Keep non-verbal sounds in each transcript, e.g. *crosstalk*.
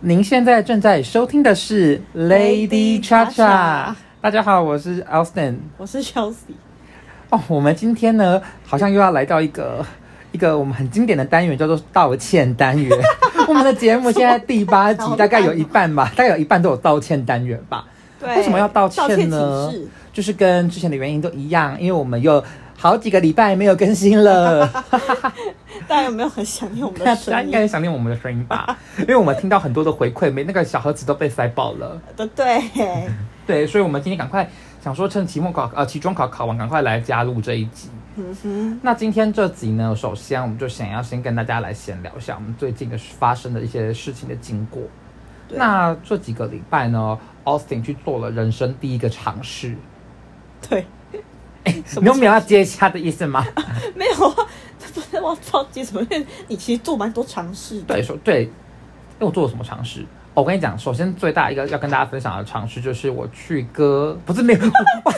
您现在正在收听的是 Lady Lady Cha Cha Chacha。大家好，我是 Austin。我是 Chelsea，哦，我们今天呢，好像又要来到一个一个我们很经典的单元，叫做道歉单 *laughs* 元。我们的节目现在第八集好，烂大概有一半吧，大概有一半都有道歉单元吧。对为什么要道道歉歉呢启事？就是跟之前的原因都一样，因为我们有好几个礼拜没有更新 *laughs* 了。大家有没有很想念我们 *laughs* 大的家声应该音？很想念我们的声音吧，因为我们听到很多的回馈，每那个小盒子都被塞爆了。的对，对，所以我们今天赶快想说，趁期末考呃期中考考完，赶快来加入这一集。嗯哼，那今天这集呢，首先我们就想要先跟大家来闲聊一下我们最近的发生的一些事情的经过。对那这几个礼拜呢，Austin 去做了人生第一个尝试， *laughs* 对，你什么有没有要接洽的意思吗？没有啊？不是我着急什么？因为你其实做蛮多尝试的，对，说对，因为我做了什么尝试？哦我跟你讲，首先最大一个要跟大家分享的尝试就是我去割，不是没有， *laughs* 我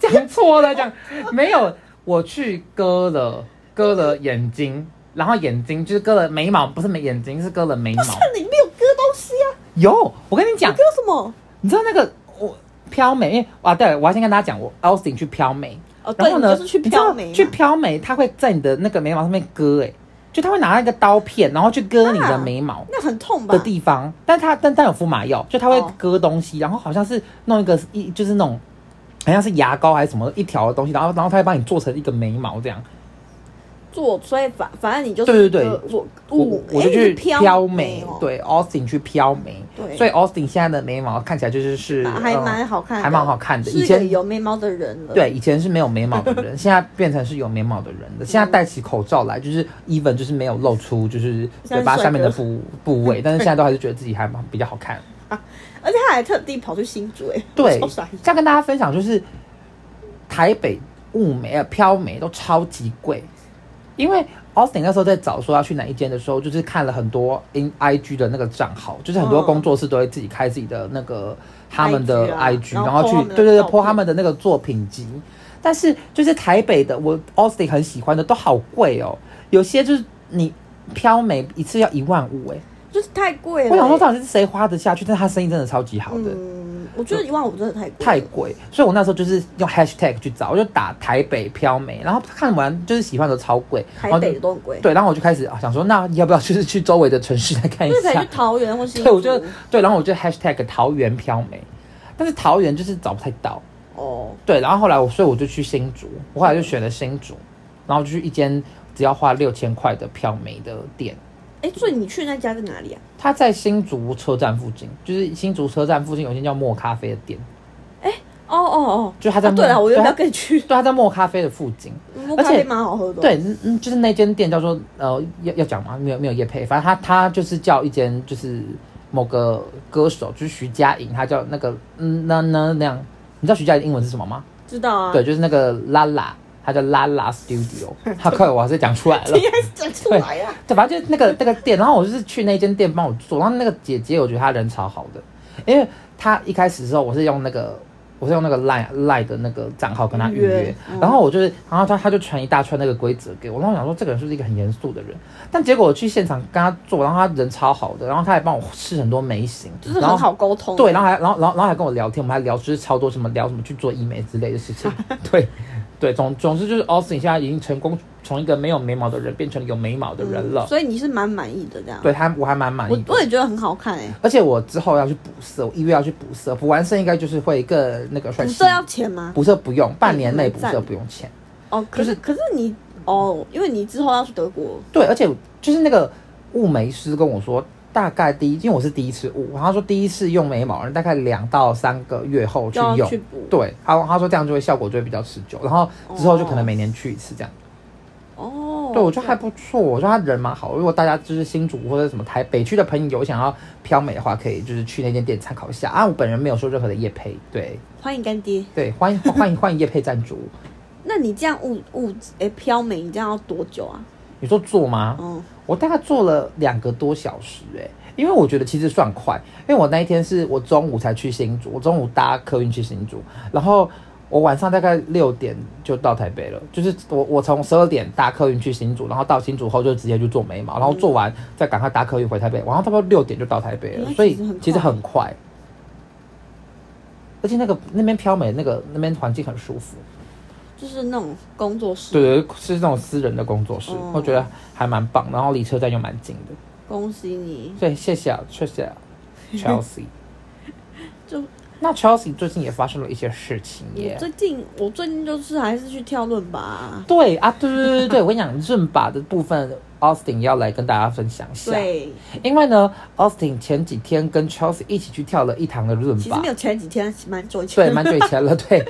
讲错了，讲没有，我去割了，割了眼睛，然后眼睛就是割了眉毛，不是眉眼睛是割了眉毛。但你没有割东西啊？有，我跟你讲割，什么？你知道那个我飘美，因为啊，对，我要先跟大家讲，我 Austin 去飘美，哦，对，然后呢，你就是去你知道漂啊眉嘛，去飘美，它会在你的那个眉毛上面割、欸，哎，就他会拿那个刀片，然后去割你的啊眉毛。那很痛吧的？地方，但它但但有敷麻药，就它会哦割东西，然后好像是弄一个一就是那种好像是牙膏还是什么一条的东西，然后然后它会帮你做成一个眉毛这样。做，所以反反正你就对是对对呃我哎我我我就去飘眉，哦，对 Austin 去飘眉，对所以 Austin 现在的眉毛看起来就是是啊还呃蛮好看的，还蛮好看的。是以一个前有眉毛的人了，对以前是没有眉毛的 *laughs* 人，现在变成是有眉毛的人嗯了。现在戴起口罩来，就是 even 就是没有露出就是嘴巴下面的像是部部位，但是现在都还是觉得自己还蛮比较好看。而且他还特地跑去新竹，哎，对超傻眼，再跟大家分享就是，台北雾眉啊、飘眉都超级贵，因为 Austin 那时候在找说要去哪一间的时候，就是看了很多 in IG 的那个账号，就是很多嗯工作室都会自己开自己的那个他们的 IG 啊 IG，、然然后后 po 去他们的对对对照 po 他片们的那个作品集。但是就是台北的，我 Austin 很喜欢的都好贵哦，有些就是你飘眉一次要一万五哎，就是太贵了，哎我想说到底是谁花得下去？但是他生意真的超级好的。嗯，我觉得一万五真的太贵了太贵，所以我那时候就是用 hashtag 去找，我就打台北漂眉，然后看完就是喜欢的超贵，然台后北就的都很贵，对，然后我就开始啊想说，那要不要就是去周围的城市来看一就是可 *laughs* 以下去？桃园或是哎 *laughs* 对，我就对，然后我就 hashtag 桃园漂眉，但是桃园就是找不太到，哦，对，然后后来我所以我就去新竹，我后来就选了新竹，然后就去一间只要花六千块的漂眉的店，哎，所以你去那家在哪里啊？它在新竹车站附近，就是新竹车站附近有一间叫莫咖啡的店，哦哦哦，就他在啊对摸了，我原对本他要跟你去，对，它在莫咖啡的附近。摸而咖且啡蛮好喝的，，对，嗯嗯，就是那间店叫做呃，要要讲吗？没有没有叶配，反正他他就是叫一间就是某个歌手，就是徐佳莹，他叫那个嗯那那那样，你知道徐佳莹英文是什么吗？知道啊，对，，就是那个拉拉，他叫拉拉 Studio，他快我还是讲出来了应。该是讲出来啊，对，反正就是那个那个店，然后我就是去那间店帮我做，然后那个姐姐我觉得她人超好的，因为她一开始的时候我是用那个我是用那个 Line Line 的那个账号跟她预预约约，嗯然后我就是，然后她她就传一大串那个规则给我，然后我想说这个人是不是一个很严肃的人？但结果我去现场跟她做，然后她人超好的，然后她还帮我试很多眉形，就是然后很好沟通，对，然后还然后然后然后还跟我聊天，我们还聊就是超多什么聊什么去做医美之类的事 *laughs* 情。对，对，总总之就是 Austin 现在已经成功从一个没有眉毛的人变成有眉毛的嗯人了。所以你是蛮满意的这样，对，他，我还蛮满我意的我。也觉得很好看哎，而且我之后要去补色，我一月要去补色，补完色应该就是会更那个帅补气。色要钱吗？补色不用，半年内蛮补赞色的不用钱。哦，可是可是你哦，因为你之后要去德国，对，而且就是那个雾眉师跟我说，大概第一，因为我是第一次雾，然后他说第一次用眉毛，大概两到三个月后去就要用去。补对，他他说这样就会效果就会比较持久，然后之后就可能每年去一次这样。哦，对，我觉得还不错，我觉得他人蛮好。如果大家就是新竹或者什么台北区的朋友想要飘美的话，可以就是去那间店参考一下啊。我本人没有收任何的业配，对欢迎干爹。对，欢迎欢迎欢迎业配赞助。那你这样物物哎飘美，你这样要多久啊？你说做吗？嗯，我大概做了两个多小时、欸，因为我觉得其实算快，因为我那一天是我中午才去新竹，我中午搭客运去新竹，然后。我晚上大概六点就到台北了，就是我我从十二点搭客运去新竹，然后到新竹后就直接去做眉毛，然后做完再赶快搭客运回台北，晚上差不多六点就到台北了，那所以其实很其实快很快。而且那个那边飘美，那个那边环境很舒服，就是那种工作室、对对，是那种私人的工作室，哦我觉得还蛮棒，然后离车站又蛮近的，恭喜你，所以谢谢啊，谢谢 *laughs* 啊 Chelsea。就那 Chelsea 最近也发生了一些事情耶我。最近我最近就是还是去跳论吧。对啊，对对对对对，我跟你讲，润把的部分，Austin 要来跟大家分享一下。，对，因为呢，Austin 前几天跟 Chelsea 一起去跳了一堂的润其实把没，有前几天，蛮久以前。对，蛮久以前了，对。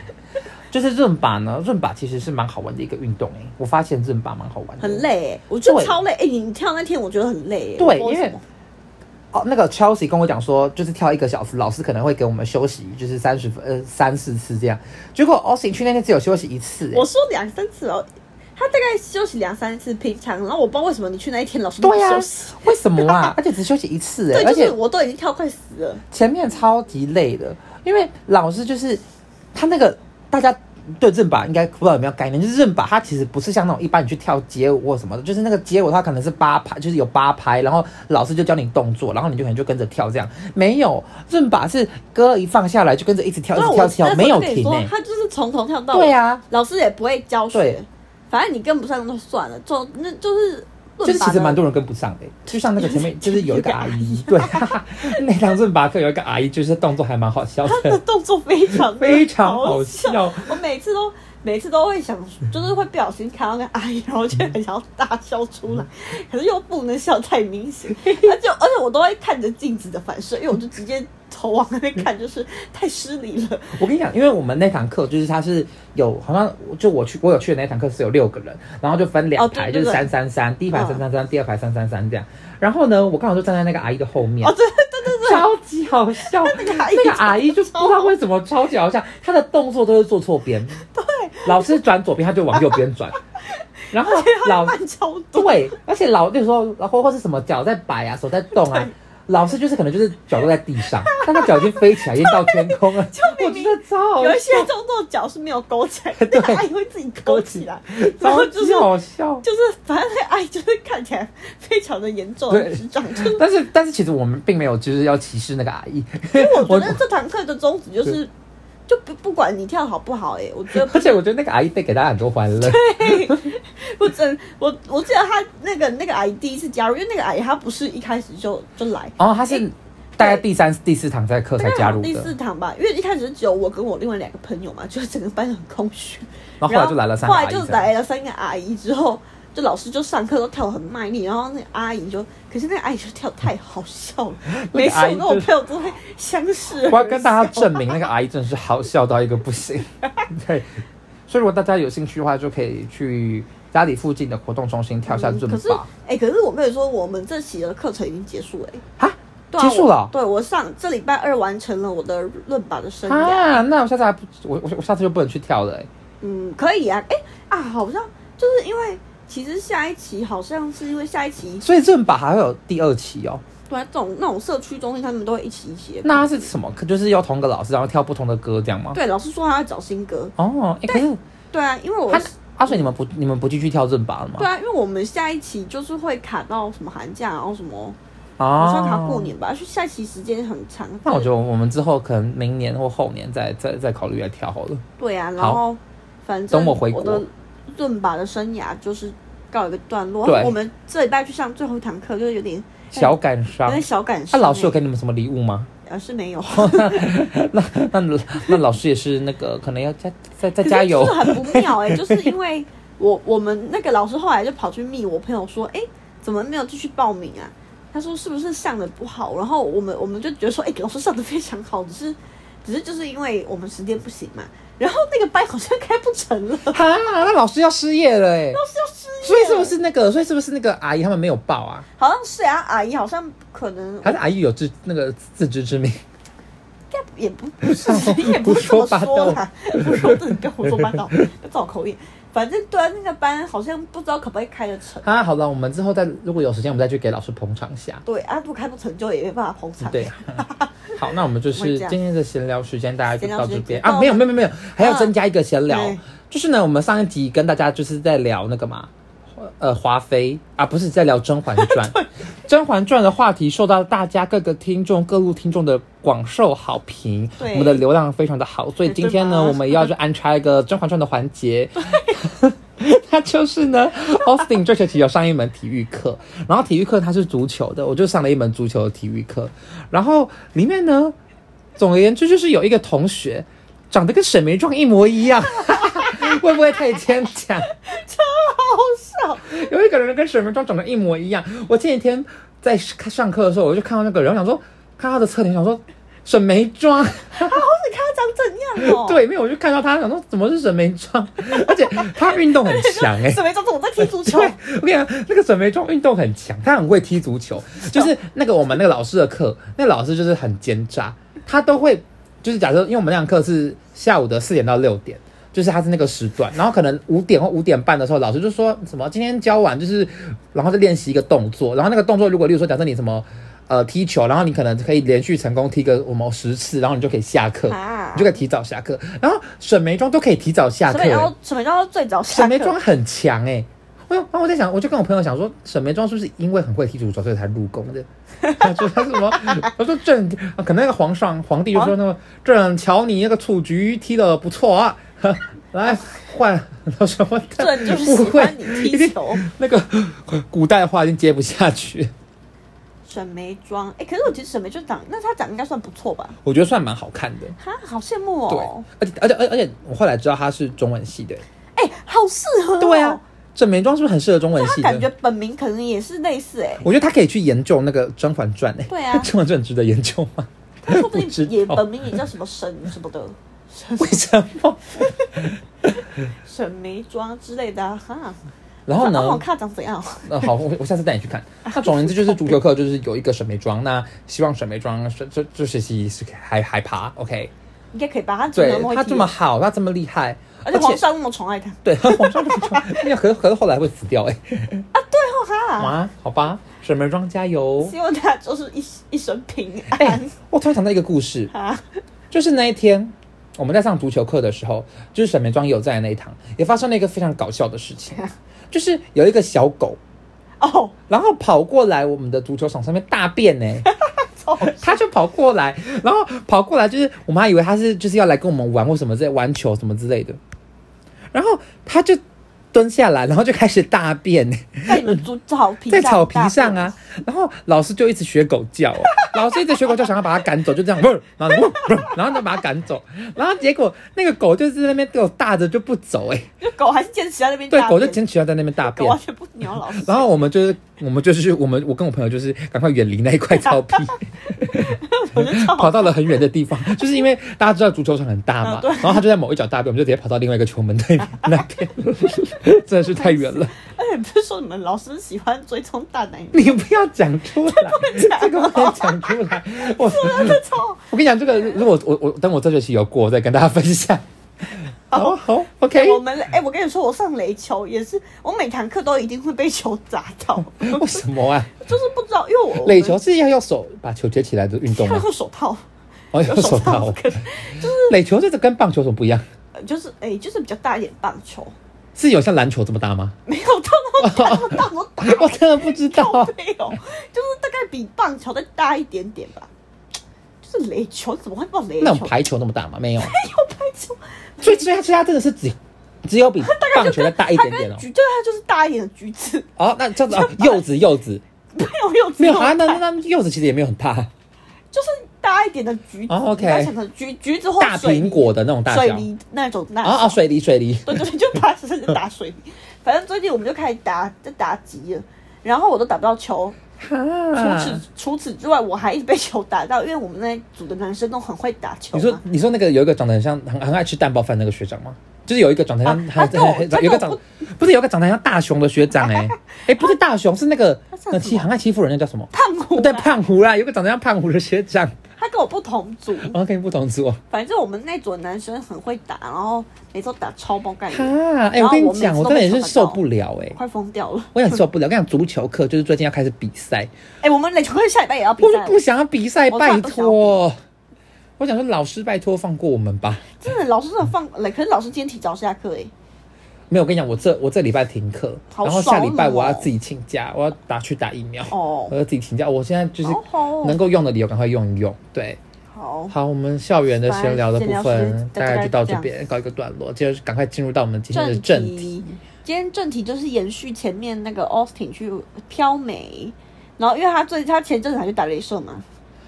就是润把呢，润把其实是蛮好玩的一个运动诶、我发现润把蛮好玩的。 *laughs* 很累、欸，我觉得对超累。哎、你跳那天我觉得很累、欸，对我不知道为什么哦，那个 Chelsea 跟我讲说，就是跳一个小时，老师可能会给我们休息，就是三十分呃三四次这样。结果 Austin 去那天只有休息一次、欸，我说两三次哦，他大概休息两三次，平常，然后我不知道为什么你去那一天老师都不对呀、休息，为什么 *laughs* 啊？而且只休息一次、欸，对，而就是且我都已经跳快死了，前面超级累的，因为老师就是他那个大家对正把应该不知道有没有概念，就是正把它其实不是像那种一般你去跳街舞或什么的，就是那个街舞它可能是八拍，就是有八拍，然后老师就教你动作，然后你就可能就跟着跳这样。没有正把是歌一放下来就跟着一直跳，一然直后跳啊跳，我那时候没有就跟你停说哎、他就是从头跳到尾，对、啊，老师也不会教学对，反正你跟不上就算了，就那就是就论啊是法其实的蛮多人跟不上的、就像那个前面就是有一个阿姨， *laughs* 对、那堂正把课有一个阿姨，就是动作还蛮好笑 *laughs* 他的的，动作非常 *laughs* 的非常好好笑。我每次都每次都会想，就是会不小心看到那个阿姨，然后就很想要大笑出来，嗯可是又不能笑太明显，而且而且我都会看着镜子的反射，因为我就直接头往那边看，就是太失礼了。我跟你讲，因为我们那堂课就是它是有好像就我去我有去的那堂课是有六个人，然后就分两哦排，就对对是对三三三，第一排嗯三三三，第二排三三三这样。然后呢，我刚好就站在那个阿姨的后面哦，，对对对对，超级好笑。那个阿姨阿姨就不知道为什么超级好笑，她的动作都是做错边，对，老师转左边，她就往右边 *laughs* 转，然后老慢超 *laughs* 多，对，而且老那时候，然后或是什么脚在摆啊，手在动啊对，老师就是可能就是脚都在地上， *laughs* 但他脚已经飞起来，已经到天空 *laughs* 了。我觉明得超 *laughs* 好有一笑，些动作脚是没有勾起 *laughs* 来，对那个阿姨会自己勾起来，然后超就级是。好笑。就是，反正那个阿姨就是看起来非常的严重，对智障，就是但是但是其实我们并没有就是要歧视那个阿姨，*laughs* 我觉得这堂课的宗旨就是，就不不管你跳好不好、欸，哎，我觉得而且我觉得那个阿姨带给大家很多欢乐，我真我我记得他那个那个阿姨第一次加入，因为那个阿姨她不是一开始就就来，然后她是大概第三第四堂在课哦才加入大概好像啊第的，四堂吧，因为一开始只有我跟我另外两个朋友嘛，就是整个班很空虚，然后后来就来了三个后阿来姨就这样，来了三个阿姨之后。就老师就上课都跳得很卖力，然后那个阿姨就，可是那个阿姨就跳得太好笑 *laughs* 了，每次阿我姨跟我就是朋友都会相视而 *laughs* 笑。我要跟大家证明那个阿姨真的是好笑到一个不行，对。所以如果大家有兴趣的话，就可以去家里附近的活动中心跳一下嗯尊可是，吧。哎、可是我没有说我们这期的课程已经结束了、欸。啊，对啊结束了我对我上这礼拜二完成了我的论把的生涯。啊，那我下次还不，我我我下次就不能去跳了、欸。嗯，可以啊。哎、啊，好像就是因为其实下一期好像是因为下一期所以润把还会有第二期哦。对啊，这种那种社区中心他们都会一起一起。那它是什么？可就是要同个老师，然后跳不同的歌这样吗？对，老师说他要找新歌。哦，哎、可是对啊，因为我他阿水，你们不你们不继续跳润把了吗？对啊，因为我们下一期就是会卡到什么寒假，然后什么，哦，好像卡过。年吧，就下一期时间很长。那我觉得我们之后可能明年或后年再再再考虑来跳好了。对啊，然好后反正等我回国的论把的生涯就是告一个段落。对我们这礼拜去上最后一堂课，就是有点小感伤有。点小感那、伤欸。啊老师有哦给你们什么礼物吗？ *laughs* 呃是没有，那那那老师也是那个，可能要加再再加油可是 *laughs* 就是很不妙 *laughs* 哎、就是因为我我们那个老师后来就跑去密我朋友说，哎、怎么没有继续报名啊？他说是不是上的不好？然后我们我们就觉得说，哎、老师上的非常好，只是只是就是因为我们时间不行嘛。然后那个班好像开不成了， *laughs* *laughs* 哈，啊那老师要失业了哎、老师要失业，所以是不？是那个？所以是不是那个阿姨他们没有报啊？好像是啊，阿姨好像可能还是阿姨有自那个自知之明？也不 *laughs* 不是，也不是这么说啦，不是我自己跟我说八道，不造口音。反正对啊，那个班好像不知道可不可以开得成。啊，好了，我们之后再如果有时间，我们再去给老师捧场一下。对啊，如果开不成就也没办法捧场。对， *laughs* 好，那我们就我是也这样今天的闲聊时间，大家就闲聊到时这间边结束啊，没有没有没有，还要增加一个闲聊，对就是呢，我们上一集跟大家就是在聊那个嘛，呃，华妃啊，不是在聊《甄嬛 *laughs* 传》，《甄嬛传》的话题受到大家各个听众、各路听众的广受好评，对我们的流量非常的好，所以哎今天对呢，吧我们要去安插一个《甄嬛传》的环节。他就是呢，Austin 这学期有上一门体育课，然后体育课他是足球的，我就上了一门足球的体育课，然后里面呢，总而言之就是有一个同学长得跟沈眉庄一模一样，会不会太牵强？好笑，有一个人跟沈眉庄长得一模一样，我前几天在上课的时候，我就看到那个人，我想说看他的侧脸，想说沈眉庄。你看他长怎样哦？，对，没有，我就看到他，想说怎么是沈眉庄， *laughs* 而且他运动很强哎、沈眉庄怎么在踢足球？对，我跟你讲，那个沈眉庄运动很强，她很会踢足球。哦就是那个我们那个老师的课，那老师就是很奸诈，他都会就是假设，因为我们那堂课是下午的四点到六点，就是他是那个时段，然后可能五点或五点半的时候，老师就说什么今天教完就是，然后再练习一个动作，然后那个动作如果例如说假设你什么。呃，踢球，然后你可能可以连续成功踢个我们十次，然后你就可以下课，啊你就可以提早下课。然后沈眉庄都可以提早下课、沈眉庄，沈眉庄最早下沈眉课庄，很强哎、我有，然后我在想，我就跟我朋友想说，沈眉庄是不是因为很会踢足球，所以才入宫的？ *laughs* 他说他什么？我说朕可能那个皇上皇帝就说那个朕瞧你那个蹴鞠踢的不错啊， *laughs* 呵来换什么的？这就是不喜会欢你踢球。 *laughs* 那个古代话已经接不下去，沈眉庄，哎、可是我其实沈眉庄长，那她长应该算不错吧？我觉得算蛮好看的。哈，好羡慕对哦。，而且而且而且而且我后来知道他是中文系的。哎、好适合、哦。对啊，，沈眉庄是不是很适合中文她系啊感觉的？本名可能也是类似哎、我觉得他可以去研究那个《甄嬛传》哎，对啊 *laughs* 甄嬛传》值得研究 *laughs* 吗？她说不不知定道也本名也叫什么沈什么的，沈为什么？沈眉庄之类的、啊。哈，然后呢？我看长怎样？呃，好，我我下次带你去看。 *laughs* 那总而言之，就是足球课就是有一个沈眉庄，那希望沈眉庄这这这学期是还还爬，OK？应该可以吧？她只对能会踢他这么，好，他这么厉害，而且皇上那么宠爱她 *laughs* 对皇上这么说， *laughs* 没有，可是可是后来会死掉 *laughs* 哎、欸。啊，对哦哈。哇，好吧，沈眉庄加油！希望她就是一一生平哎、安我突然想到一个故事，哈。就是那一天我们在上足球课的时候，就是沈眉庄有在的那一堂，也发生了一个非常搞笑的事情，就是有一个小狗，哦，然后跑过来我们的足球场上面大便呢、欸超好笑他就跑过来，然后跑过来就是我们还以为他是就是要来跟我们玩或什么之类玩球什么之类的，然后他就蹲下来，然后就开始大便，在你们猪草皮在上草皮上大啊，然后老师就一直学狗叫、哦，老师一直学狗叫，想要把它赶走，就这样， *laughs* 然后然后就把它赶走，然后结果那个狗就是在那边对我大着就不走、哎，便，就狗还是坚持在那边对啊大，狗就便坚持要在那边大狗啊便。完全不鸟老师， *laughs* 然后我们就是，我们就是，我们我跟我朋友就是赶快远离那一块草皮，我就超跑到了很远的地方，就是因为大家知道足球场很大嘛，嗯对然后他就在某一脚大便，我们就直接跑到另外一个球门对面那边，真的是太远了。而且不是说你们老师喜欢追踪大男人，你不要讲出来，这个不能讲出来。哦我啊操！我跟你讲，这个如果我我等我这学期有过，我再跟大家分享。 *laughs* 好好，OK。我们哎、我跟你说，我上垒球也是，我每堂课都一定会被球砸到，为什么啊？就是不知道，因为我垒球是要用手把球接起来的运动 *laughs* 他吗？会手套，哦，要有用手套套。可是 *laughs* 垒球这个跟棒球有什么不一样？呃就是哎、就是比较大一点棒球，是有像篮球这么大吗？ *laughs* 没有到那么大，那么大，那么大，我真的不知 *laughs* 道。没有，就是大概比棒球再大一点点吧。就是垒球怎么会放垒球？那种排球那么大吗？没有。有排球，所以，所以它，所以它真的是只只有比棒球再 *laughs* 大一它点跟点哦。橘对，它就是大一点的橘子， *laughs* 哦，那这样子 *laughs* 哦，柚子柚子没有柚子，没 *laughs* 有啊？那那那柚子其实也没有很大， *laughs* 就是大一点的橘子。哦，OK 你要想成橘橘子或大水苹梨果的那种大水小。泥那种那哦哦，水梨水梨。对对对，就把甚至打水 *laughs* 泥。反正最近我们就开始打，在打急了，然后我都打不到球。除此 *laughs* 哈，除此之外，我还一直被球打到，因为我们那组的男生都很会打球你嘛说。你说那个有一个长得很像很很爱吃蛋包饭那个学长吗？就是有一个长得像啊很他跟我很他有一跟个我长不是有一个长得像大熊的学长哎 *laughs* 哎不是大熊是那个呃他像很什欺么很爱欺负人那叫什么？哦胖虎对啊，胖虎啦，有一个长得像胖虎的学长，他他跟我不同组，然后跟你不同组哦。反正我们那组的男生很会打，然后每次都打超爆干的，哈，哎、然我后跟你我每讲，次我都真的被也是抢受到不了哎、快疯掉了。我也受不了。我跟你讲，足球课就是最近要开始比赛，哎、我们垒球会下礼拜也要比我就赛了，不想要比赛，我拜真的不想要托。我想说，老师拜托放过我们吧。真的老师真的放垒，可是老师今天提早下课哎、没有，我跟你讲，我这我这礼拜停课，好然后下礼拜爽哦我要自己请假，我要打去打疫苗，哦我，要自己请假。我现在呃就是好好哦能够用的理由赶快用一用。对，好，好，我们校园的闲聊的部闲聊时间分大概就到这大概就这边告一个段落，接着赶快进入到我们今天的正正题。题。今天正题就是延续前面那个 Austin 去飘美，然后因为他最他前阵子还去打镭射嘛，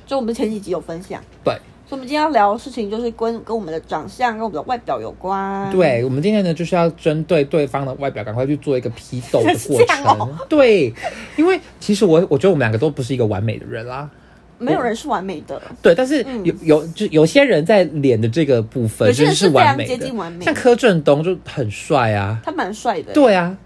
就我们前几集有分享，对。所以我们今天要聊的事情就是跟跟我们的长相、跟我们的外表有关。，对，我们今天呢就是要针对对方的外表，赶快去做一个批斗的 *laughs* 是过这样程。哦对，因为其实我我觉得我们两个都不是一个完美的人啦。没有人是完美的，对，但是有、有就有些人在脸的这个部分嗯有些就人是是非常完美接的，近完美像。柯震东就很帅啊。他蛮帅的，对啊，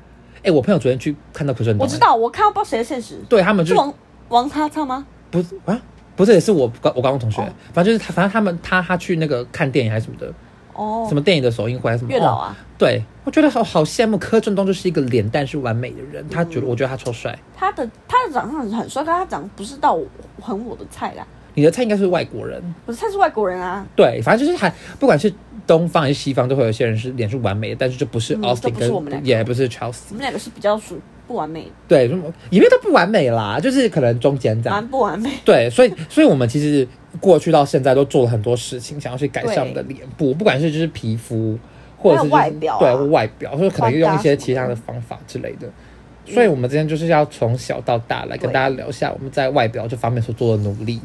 哎、我朋友昨天去看到柯震东，哎我知，道，我看到不知道谁的现实，对他们是就王王叉叉吗？不是啊，不是也是我高我高中同学，哦反正就是他，反正他们他他去那个看电影还是什么的，哦，什么电影的首映会还是什么月老哦啊？对，我觉得哦好好羡慕柯震东，就是一个脸蛋是完美的人。他觉得，嗯我觉得他超帅。他的他的长相很帅，但他长得不是到我很我的菜啦，你的菜应该是外国人，我的菜是外国人啊，对，反正就是还不管是东方还是西方，都会有一些人是脸是完美的，但是就不是嗯 Austin 就不是我们跟两个也不是 Chelsea，我们两个是比较属于不完美，对，什么也没有到不完美啦，就是可能中间这样蛮。不完美。对，啊所以所以我们其实过去到现在都做了很多事情，想要去改善我们的脸部，不管是就是皮肤，或者是、就是、还有外表啊对或外表，或者可能穿搭用一些什么嗯其他的方法之类的。所以，我们今天就是要从小到大来跟对大家聊一下我们在外表这方面所做的努力，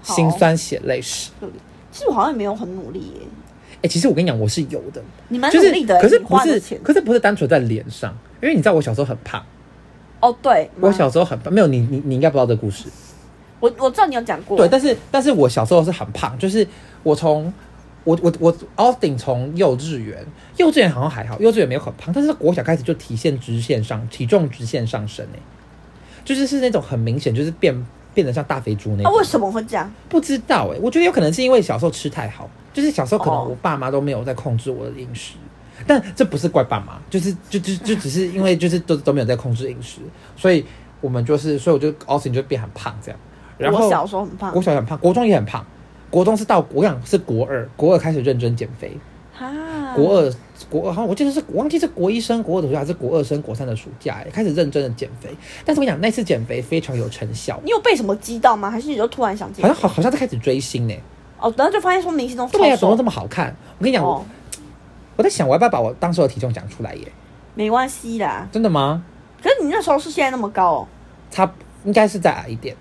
好嗯辛酸血泪史。其实我好像也没有很努力耶，哎、其实我跟你讲，我是有的，你蛮就努是力的耶，可是你不花的是钱，可是不是单纯在脸上，因为你知道我小时候很胖，哦，对，我蛮小时候很胖，没有你你你应该不知道这个故事，我我知道你有讲过，对，但是但是我小时候是很胖，就是我从我我我 Austin 从幼稚园，幼稚园好像还好，幼稚园没有很胖，但是国小开始就体现直线上体重直线上升诶、就是是那种很明显就是变变得像大肥猪那那种，啊为什么会这样？不知道诶、我觉得有可能是因为小时候吃太好，就是小时候可能哦我爸妈都没有在控制我的饮食。但这不是怪爸妈，就是就就就只是因为就是都都没有在控制饮食，所以我们就是，所以我就 Austin 就变很胖这样。然后我小时候很胖国小很胖，国中也很胖，国中是到我想是国二，国二开始认真减肥，啊，国二国二好像我记得是我忘记是国一升国二的暑假还是国二升国三的暑假，开始认真的减肥。但是我跟你讲那次减肥非常有成效，你有被什么击到吗？还是你就突然想起好像好好像在开始追星呢、哦，然后就发现说明星都对呀、怎超瘦么这么好看？我跟你讲，哦我，我在想我要不要把我当时的体重讲出来耶？没关系啦。真的吗？可是你那时候是现在那么高哦，差应该是再矮一点，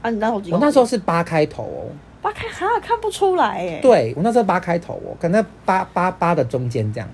啊，你那时候几我公那时候斤是八开头哦。八开哈看不出来哎，对，我那时候八开头哦，可能八八八的中间这样，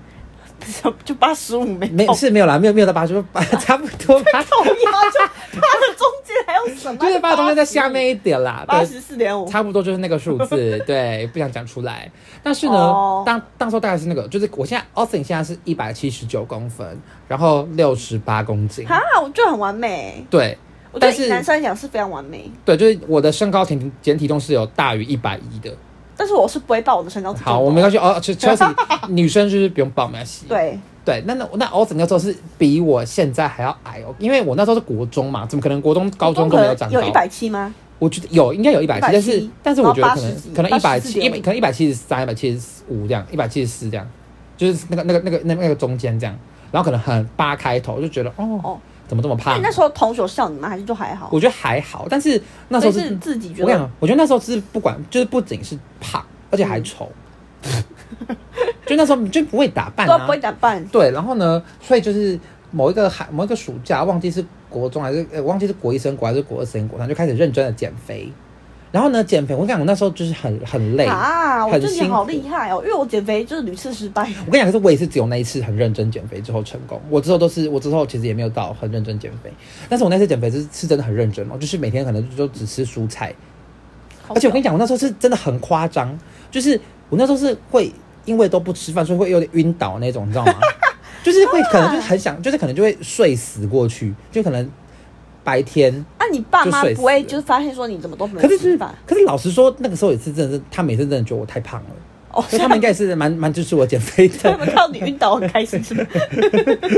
对， *laughs* 就八十五没没到是没有啦，没有没有到八十， *laughs* 八差不多八靠呀，就趴在中间还有什么？就是八中间在下面一呃点啦，八对，十四点五，差不多就是那个数字， *laughs* 对，不想讲出来。但是呢，哦当当时候大概是那个，就是我现在 Austin 现在是一百七十九公分，然后六十八公斤，哈，我觉得很完美。对，我觉但得以是男生来讲是非常完美，对，就是我的身高体减体重是有大于一百一的。但是我是不会报我的身高体重的。好，我没关系哦，其实 *laughs* Chelsea 女生就是不用报没关系。对，对，那那那 Austin 那时候是比我现在还要矮哦，因为我那时候是国中嘛，怎么可能国中高中都没有长高？有一百七吗？我觉得有，应该有一百七， 170但是但是我觉得可然后80能可能一百七，几84.5一百可能一百七十三、一百七十五这样，一百七十四这样，就是那个那个那个那个那个中间这样，然后可能很八开头就觉得哦哦怎么这么那胖你？那时候同学有笑你吗？还是就还好？我觉得还好，但是那时候所以是是自己觉我跟你得嗯讲，我觉得那时候是不管就是不仅是胖，而且还丑， *laughs* 就那时候就不会打扮 *laughs* 都啊不，会打扮，对，然后呢，所以就是某一个寒某一个暑假，忘记是国中还是呃，忘记是国一升国还是国二升国三，就开始认真的减肥。然后呢，减肥，我跟你讲，我那时候就是很很累。啊，我很觉得你辛苦好厉害哦，因为我减肥就是屡次失败。我跟你讲，可是我也是只有那一次很认真减肥之后成功。我之后都是，我之后其实也没有到很认真减肥，但是我那次减肥是是真的很认真哦，就是每天可能就只吃蔬菜，而且我跟你你讲，我那时候是真的很夸张，就是我那时候是会因为都不吃饭，所以会有点晕倒那种， *laughs* 你知道吗？就是会可能就是很想，就是可能就会睡死过去，就可能。白天。啊，你爸妈就睡死不会了就是发现说你怎么都没可有是就吃是饭？，可是老实说，那个时候也是真的是，他每次真的觉得我太胖了，*laughs* 哦，所以他们应该是蛮蛮支持我减肥他 *laughs* *laughs* 的。们看到你晕倒很开心是吗？ *laughs*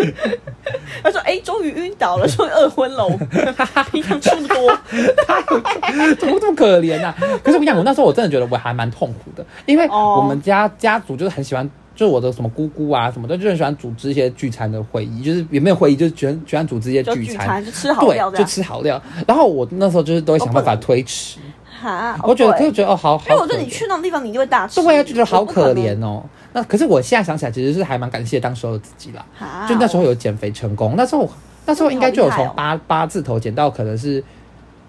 他说：“哎、终于晕倒了，终于饿昏了，我平常吃 *laughs* 不多。怎么这么可怜啊？可是我跟你讲，我那时候我真的觉得我还蛮痛苦的，因为哦我们家家族就是很喜欢，就是我的什么姑姑啊什么的，就很喜欢组织一些聚餐的会议，就是也没有会议，就是喜欢喜欢组织一些就聚聚餐餐，就吃好对料，这就样吃好料。然后我那时候就是都会想办法推迟，”哈，我觉得哦就对觉得哦好，好因为我觉得可你怜去那种地方，你就会大吃。对啊，就觉得好我不可可能怜哦。那可是我现在想起来，其实是还蛮感谢当时候的自己啦。哈就那时候有减肥成功，那时候那时候应该就有真从的好厉哦八八字头减到可能是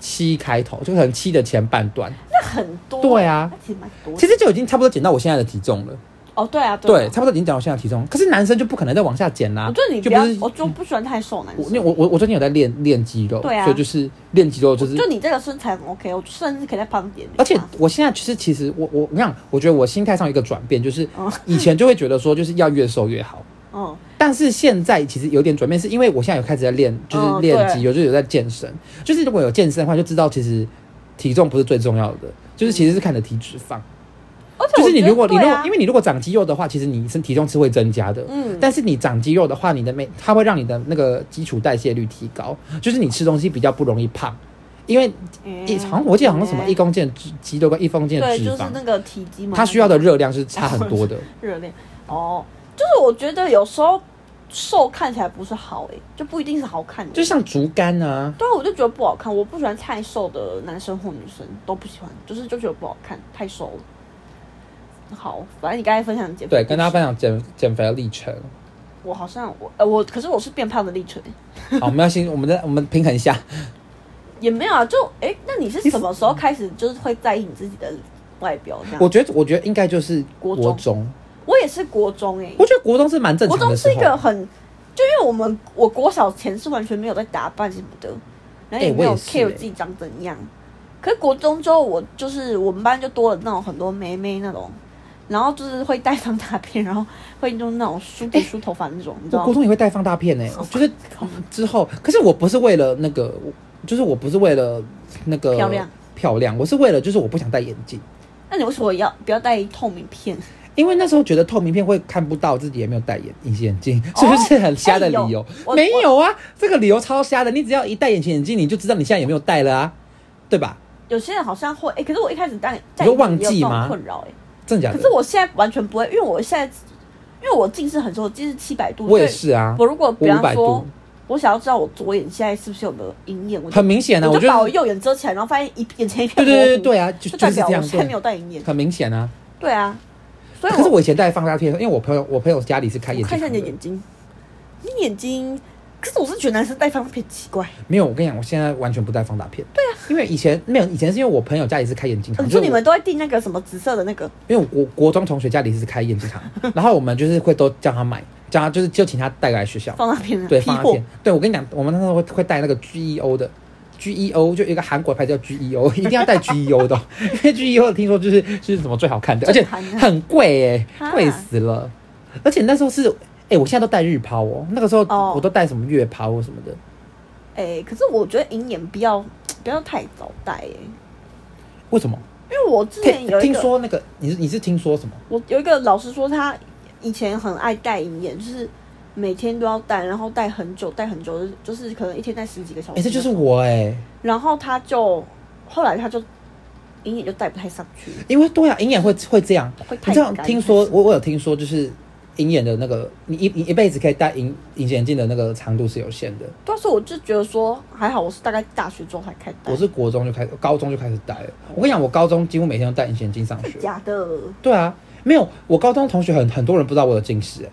七开头，就可能七的前半段，那很多，对啊那其实蛮多的。其实就已经差不多减到我现在的体重了。哦，对啊，对，啊差不多已经减到我现在的体重。可是男生就不可能再往下减啦、我觉得你就不不要是，我就不喜欢太瘦男我因生为。我我我最近有在练练肌肉，对啊所以就是练肌肉就是就你这个身材很 OK，我甚至可以再胖一点点。而且我现在其实，其实我我你看，我觉得我心态上有一个转变，就是哦以前就会觉得说，就是要越瘦越好，嗯，但是现在其实有点转变，是因为我现在有开始在练，就是嗯练对肌肉，就是有在健身。就是如果有健身的话，就知道其实体重不是最重要的，就是其实是看你的体脂肪。而且就嗯我是你觉得如果你对如果啊因为你如果长肌肉的话，其实你身体重是会增加的。嗯但是你长肌肉的话，你的每它会让你的那个基础代谢率提高，就是你吃东西比较不容易胖，因为一好像我记得好像什么一公斤的肌肌肉跟一公斤的嗯对，脂就是肪，那个体积嘛，它需要的热量是差很多的。热量。哦，就是我觉得有时候瘦看起来不是好诶、就不一定是好看的。就像竹竿啊，对啊，我就觉得不好看，我不喜欢太瘦的男生或女生都不喜欢，就是就觉得不好看，太瘦了。好，反正你刚才分享的减肥对，故事，跟大家分享减减肥的历程。我好像我呃我，可是我是变胖的历程欸、好，我们要先，我们再我们平衡一下。也没有啊，就哎、那你是什么时候开始就是会在意你自己的外表这 *laughs* 样？我觉得，我觉得应该就是国中国中，我也是国中哎、我觉得国中是蛮正国常中的时是候。一个很，就因为我们我国小前是完全没有在打扮什么的，然后哎也没我有也是 care 哎自己长怎样。可是国中之后，我就是我们班就多了那种很多妹妹那种，然后就是会戴方大片，然后会用那种梳哎梳梳头发那种，你知我道国吗？中也会带放大片呢、欸哦就是之后，可是我不是为了那个，我就是我不是为了那个漂亮漂亮，我是为了就是我不想戴眼镜，那你为什么要不要戴透明片？因为那时候觉得透明片会看不到自己，也没有戴眼隐形眼镜， *laughs* 所以就是很瞎的理由。哦哎有没有啊，这个理由超瞎的，你只要一戴隐形眼镜，你就知道你现在有没有戴了啊，对吧？有些人好像会，哎、可是我一开始戴戴你会忘眼镜也有记这种吗困扰哎、真的假可的？是我现在完全不会，因为我现在因为我近视很重，我近视七百度，我也所以是啊，我如果比我方500说度，我想要知道我左眼现在是不是有没有隐眼，我就很明显啊，我我就觉把我得右眼遮起来，然后发现一眼前一对片对模糊对对，啊，就就就代是这表样我现在没对，有戴隐眼。很明显啊。对啊，所以可是我我以前戴放大片，因为我朋友我朋友家里是开眼镜我看行一下的，你的眼睛，你眼睛，可是我是觉得男生戴方片奇怪。没有，我跟你讲，我现在完全不戴放大片。对啊，因为以前没有，以前是因为我朋友家里是开眼镜行，你就说是嗯你我们都会订那个什么紫色的那个，因为我国中同学家里是开眼 *laughs* 镜行，然后我们就是会都叫他买，叫他就是就请他带来学校。放那边的对，批放大货片。对我跟你讲，我们那时候会会带那个 GEO 的。GEO 就有一个韩国牌叫 GEO，一定 *laughs* 要带 GEO 的哦、因为 GEO 听说就是就是什么最好看的，而且正常啊很贵哎、啊贵死了。而且那时候是哎、我现在都带日抛哦，那个时候哦我都带什么月抛什么的。哎、可是我觉得隐眼不要不要太早戴哎、为什么？因为我之前听有一听个说那个你是你是听说什么？我有一个老师说，他以前很爱戴眼眼，就是每天都要戴，然后戴很久，戴很久，就是就是可能一天戴十几个小哎、时。这就是。我哎、然后他就后来他就眼眼就戴不太上去，因为对啊，鹰眼会会这样会，太你知道干听说我我有听说就是鹰眼的那个，你一一一辈子可以戴隐隐形眼镜的那个长度是有限的。到时候我就觉得说还好，我是大概大学之后才开始戴。我是国中就开始，高中就开始戴了。我跟你讲，我高中几乎每天都戴隐形眼镜上学。假的对啊，没有，我高中同学很很多人不知道我有近视、欸，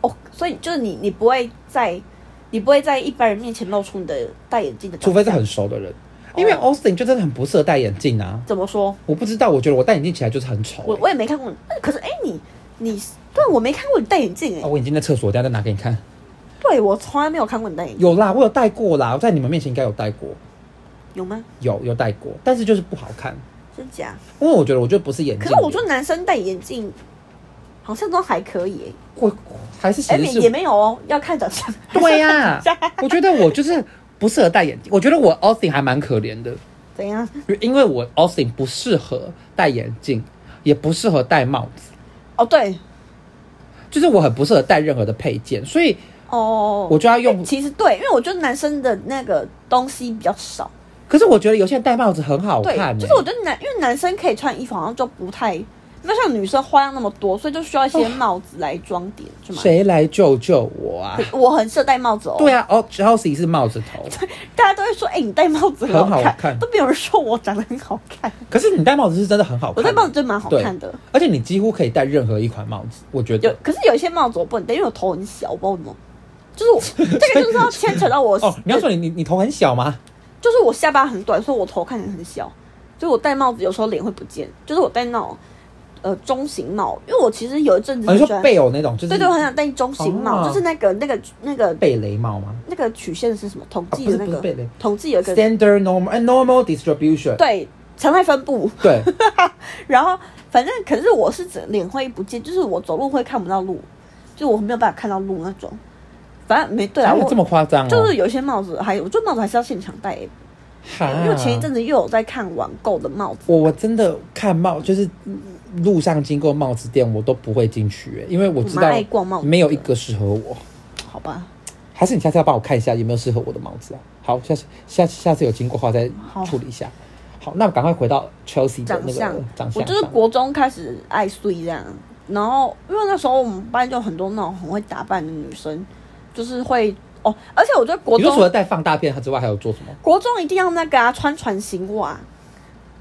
哦，所以就是你你不会在你不会在一般人面前露出你的戴眼镜的长除相，非是很熟的人。因为哦 Austin 就真的很不适合戴眼镜啊！怎么说，我不知道，我觉得我戴眼镜起来就是很丑、我欸。我也没看过你。那可是哎、你你对我没看过你戴眼镜哎、哦，我眼镜在厕所，等一下再拿给你看。对我从来没有看过你戴眼镜，有啦，我有戴过啦，我在你们面前应该有戴过，有吗？有有戴过，但是就是不好看，真假？因为我觉得我觉得不是眼镜可脸，是我觉得男生戴眼镜好像都还可以、会还是欸，哎、显得也也是啊没有哦，要看长相。对呀、我觉得我就是不适合戴眼镜。我觉得我 Austin 还蛮可怜的， *laughs* 怎样？因为我 Austin 不适合戴眼镜，也不适合戴帽子，哦，对，就是我很不适合戴任何的配件，所以哦，我就要用。其实对，因为我觉得男生的那个东西比较少，可是我觉得有些人戴帽子很好对看、欸，，就是我觉得男，因为男生可以穿衣服好像就不太，没有像女生花样那么多，所以就需要一些帽子来装点，是吗？谁来救救我啊？我很适合戴帽子哦，对啊，哦，Chelsea 是帽子 *laughs* 头，大家都会说，哎、你戴帽子很好好看都没有人说我长得很好看，可是你戴帽子是真的很好看，欸我戴帽子真蛮好对看的。而且你几乎可以戴任何一款帽子，我觉有得，。可是有一些帽子我不能戴，因为我头很小，我不知道为什么。就是我这个就是要牵扯到我呃哦，你要说你你你头很小吗？就是我下巴很短，所以我头看起来很小。就是我戴帽子有时候脸会不见，就是我戴那种呃中型帽，因为我其实有一阵子哦、很你喜说欢，贝偶那种，就是对对，我很想戴中型帽，哦就是那个那个那个贝雷帽吗那个曲线是什么？统计啊不是的那不是贝个雷统计有一个？Standard normal 哎 normal distribution，对常态分布， *laughs* 对，然后反正可是我是整脸会不见，就是我走路会看不到路，就我没有办法看到路那种。反正没对啊，哪我有这么夸张哦？就是有些帽子还，我觉得帽子还是要现场戴、欸，哈因为前一阵子又有在看网购的帽子，我我真的看帽，就是路上经过帽子店，我都不会进去、哎因为我知我蛮道爱逛帽子的没有一个适合我。好吧？还是你下次要帮我看一下有没有适合我的帽子啊？好，下次下次下次有经过的话再好处理一下。好，那我赶快回到 Chelsea 的长那个相，嗯长我相就是上国中开始爱睡这样，然后因为那时候我们班就很多那种很会打扮的女生，就是会哦，而且我觉得国你说除了中戴放大片之外，还有做什么？国中一定要那个啊，穿船型袜，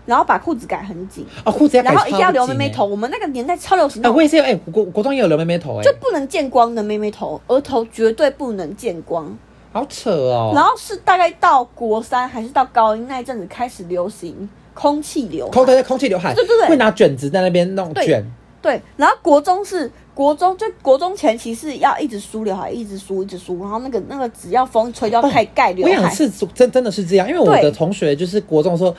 然后把裤子改很紧，啊，裤子要改然后一定要留超妹紧妹头，。我们那个年代超流行哎、啊，那种我也是有，哎、国国中也有留妹妹头、就哎，不能见光的妹妹头，额头绝对不能见光。好扯哦。然后是大概到国三还是到高一那一阵子开始流行空气流空汗，对对，空气刘海，对对对会拿卷子在那边弄对卷，对，然后国中是国中，就国中前期是要一直梳刘海，一直梳，一直梳，然后那个那个只要风一吹就要哦开始盖刘我想海，是真真的是这样，因为我对的同学就是国中的时候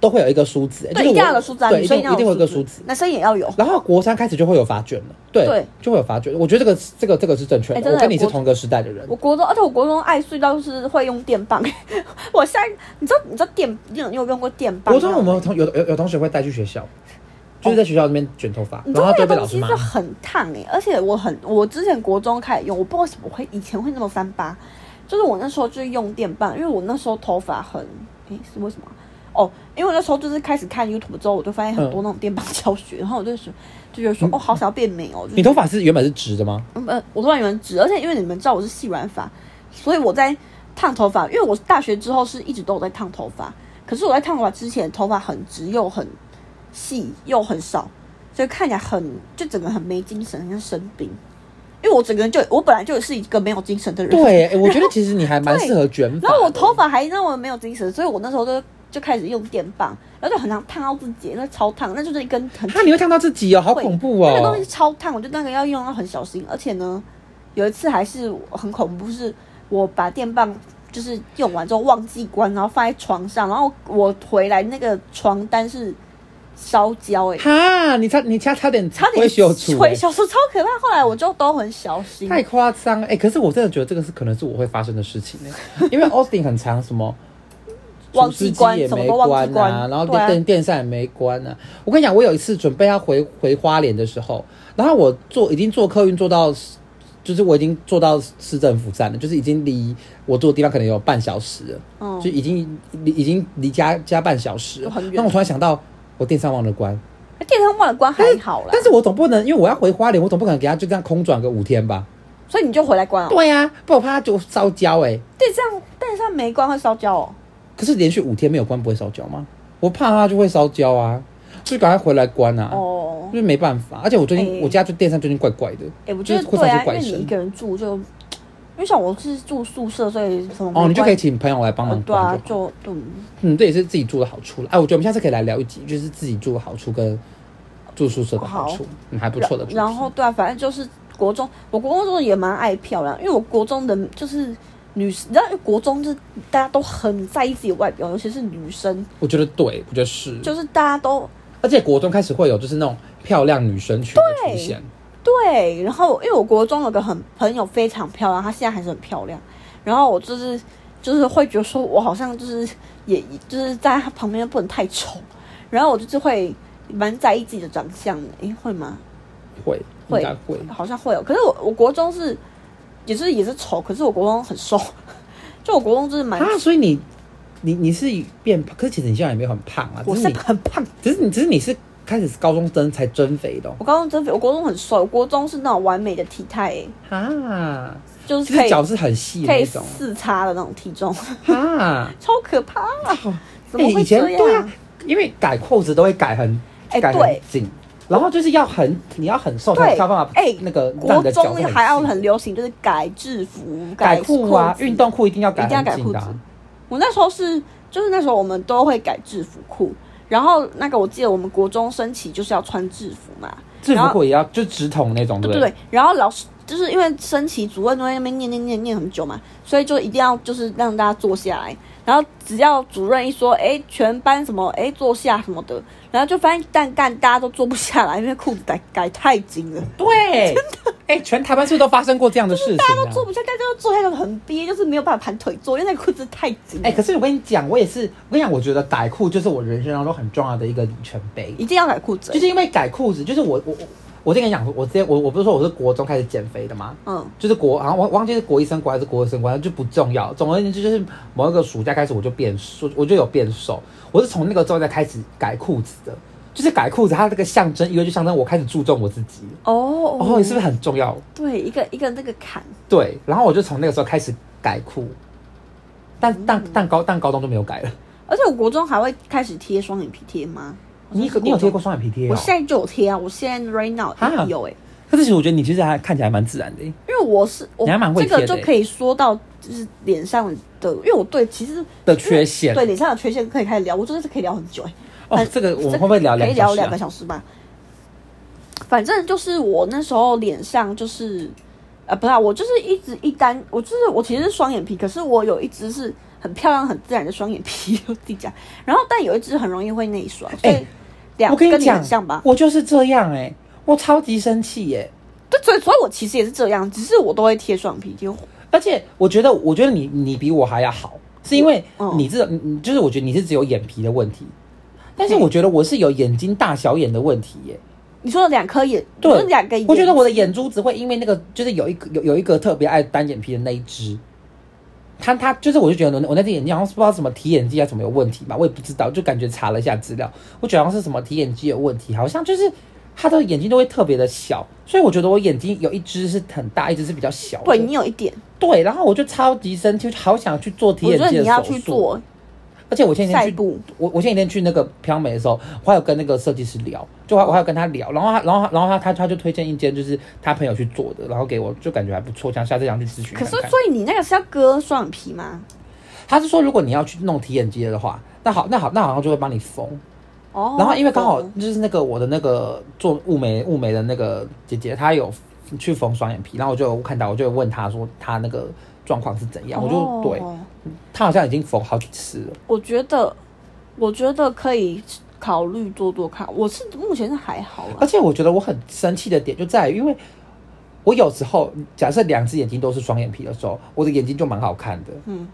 都会有一个梳子，哎对，就是一定要我有梳子啊，对，女一生定一定一定要会有一有个梳梳子子，。男生也要有。然后国三开始就会有发卷了，对，对就会有发卷。我觉得这个这个这个是正确，哎的。真的我跟你是国同个时代的人我。国中，而且我国中爱睡到是会用电棒， *laughs* 我现在你知道你知道电，你有你有用过电棒国吗？中我们同有有有同学会带去学校，就是在学校那边卷头发，哦你知然道后都那个被东老师西骂是。很烫哎、而且我很，我之前国中开始用，我不知道为什么会以前会那么翻疤，就是我那时候就是用电棒，因为我那时候头发很，诶、是为什么啊？哦，因为我那时候就是开始看 YouTube 之后，我就发现嗯很多那种电棒教学，然后我就是就觉得说，哦，好想要变美哦。就是你头发是原本是直的 *laughs* 吗？嗯呃，我突然有人直，而且因为你们知道我是细软发，所以我在烫头发，因为我大学之后是一直都有在烫头发，可是我在烫头发之前头发很直又很细又很少，所以看起来很就整个很没精神，很像生病。因为我整个人就我本来就是一个没有精神的人，对，哎我觉得其实你还蛮对适合卷发的。然后我头发还那么没有精神，所以我那时候就就开始用电棒，然后就很常烫到自己，那超烫，那就是一根很那你会烫到自己哦，好会恐怖那个东西哦！超烫，我觉得那个要用到很小心。而且呢，有一次还是很恐怖，是我把电棒就是用完之后忘记关，然后放在床上，然后我回来那个床单是烧焦、欸，哈，你差你差差点差点会羞耻，灰哎修出超可怕。后来我就都很小心，太夸张了哎！可是我真的觉得这个是可能是我会发生的事情哎， *laughs* 因为 Austin 很长什么。忘除记湿机关，也什么没都忘记关啊，，然后对电啊电电扇也没关啊。我跟你讲，我有一次准备要回回花莲的时候，然后我坐已经坐客运坐到，就是我已经坐到市政府站了，就是已经离我住的地方可能有半小时了，嗯就已经离已经离家家半小时了就很远那我突然想到，我电扇忘了关，电扇忘了关还好啦，但是我总不能因为我要回花莲，我总不可能给他就这样空转个五天吧？所以你就回来关哦。对呀、啊不然我怕他就烧焦哎、电扇电扇没关会烧焦哦。可是连续五天没有关不会烧焦吗？我怕它就会烧焦啊，所以赶快回来关啊。哦，就是没办法，而且我最近、哎我家就电扇最近怪怪的，哎、我觉就得是会发对啊，出因怪为你声一个人住就，因为像我是住宿舍，所以什么哦，你就可以关请朋友来帮忙呃对啊关，就好就对，嗯，这也是自己住的好处了。哎、我觉得我们下次可以来聊一集，就是自己住的好处跟住宿舍的好处，嗯，还不错的主题。然然后对啊，反正就是国中，我国中也蛮爱漂亮，因为我国中的就是女，你知道国中就是大家都很在意自己的外表，尤其是女生，我觉得对，我觉得是，就是大家都而且国中开始会有就是那种漂亮女生群的出现，对，然后因为我国中有个很朋友非常漂亮，她现在还是很漂亮。然后我就是就是会觉得说我好像就是也就是在他旁边不能太丑，然后我就是会蛮在意自己的长相的，诶，会吗？会会应该会，好像会有。哦可是我我国中是也是也是丑，可是我国中很瘦， *laughs* 就我国中就是蛮，啊，所以你你你是变胖，可是其实你现在也没有很胖啊，我只是是你很胖。只是你只是你是开始高中增才增肥的哦我高中真肥，我国中很瘦，我国中是那种完美的体态、诶，啊，就是就可是以脚是很细的可以那 *laughs* 种四叉的那种体重， *laughs* *laughs* 啊。超可怕、怎么欸会以这前样？对啊，因为改裤子都会改很哎改对很紧，然后就是要很你要很瘦才对有办法哎哦那个让国你的脚中是还要细的很流行，就是改制服、改裤裤啊，子运。动裤一定要一改定要很改紧的裤子啊。我那时候是，就是那时候我们都会改制服裤，然后那个我记得我们国中升旗就是要穿制服嘛，制然服后裤也要就直筒那种，对不对对，然后老师就是因为升旗主任都在那边念念念念很久嘛，所以就一定要就是让大家坐下来。然后只要主任一说，哎，全班什么，哎，坐下什么的，然后就发现蛋干大家都坐不下来，因为裤子改改太紧了，对，哎，全台湾是不是都发生过这样的事情大家都坐啊？不下，大家都坐下就很憋，就是没有办法盘腿坐，因为那个裤子太紧了。哎，可是我跟你讲，我也是，我跟你讲，我觉得改裤就是我人生当中很重要的一个里程碑，一定要改裤子，就是因为改裤子，就是我我我我之前跟你讲，我之前我我不是说我是国中开始减肥的吗？嗯，就是国，好像我忘记是国一升国还是国二升国，就不重要。总而言之，就是某一个暑假开始我就变瘦，我就有变瘦。我是从那个之后再开始改裤子的，就是改裤子，它这个象征，一个就象征我开始注重我自己。哦哦，你是不是很重要？对，一个一个那个坎，对，然后我就从那个时候开始改裤，但但但高但高中就没有改了。而且我国中还会开始贴双眼皮贴吗？你好像是你有贴过国中？双眼皮贴、哦？我现在就有贴啊，我现在 right now 哈有哎、欸，可是其实我觉得你其实还看起来蛮自然的耶。因为我是我你还蛮会这个贴的就欸可以说到就是脸上的，因为我对其实的缺陷对脸上的缺陷可以开始聊，我真的是可以聊很久哎、哦，很这个我们会不会聊可两以个小聊时、两啊个？小时吧。反正就是我那时候脸上就是，呃，不是、啊，我就是一直一单，我就是我其实是双眼皮，可是我有一只是很漂亮、很自然的双眼皮，我自己讲。然后但有一只很容易会内双，所以哎两、我跟跟你讲很像吧？我就是这样哎、我超级生气欸耶、对，所以所以我其实也是这样，只是我都会贴双眼皮贴。而且我觉得，我觉得你你比我还要好，是因为嗯你这、你你就是我觉得你是只有眼皮的问题，但是嘿我觉得我是有眼睛大小眼的问题耶。你说的两颗眼，对就是两个眼，我觉得我的眼珠子会因为那个就是有一个有有一个特别爱单眼皮的那一只，他他就是我就觉得我那只眼睛好像是不知道什么提眼肌还啊是什么有问题吧，我也不知道，就感觉查了一下资料，我觉得好像是什么提眼肌有问题，好像就是他的眼睛都会特别的小，所以我觉得我眼睛有一只是很大，一只是比较小的。对你有一点，对，然后我就超级生气，就好想去做提我眼觉得肌你的要手去术。做而且我前几下一天去，步。我我前几天去那个漂美的时候，我还有跟那个设计师聊，就我还我还有跟他聊，然后他然后他然后他他他就推荐一间就是他朋友去做的，然后给我就感觉还不错，想下次想去咨询可看是看。所以你那个是要割双眼皮吗？他是说如果你要去弄提眼肌的话，那好那好那好像就会帮你缝。哦，然后因为刚好懂就是那个我的那个做雾眉雾眉的那个姐姐，她有去缝双眼皮，然后我就有看到我就有问她说她那个状况是怎样，我哦就对。他好像已经缝好几次了。我觉得，我觉得可以考虑做做看。我是目前是还好啊而啦，且我觉得我很生气的点就在于，因为我有时候假设两只眼睛都是双眼皮的时候，我的眼睛就蛮好看的，嗯，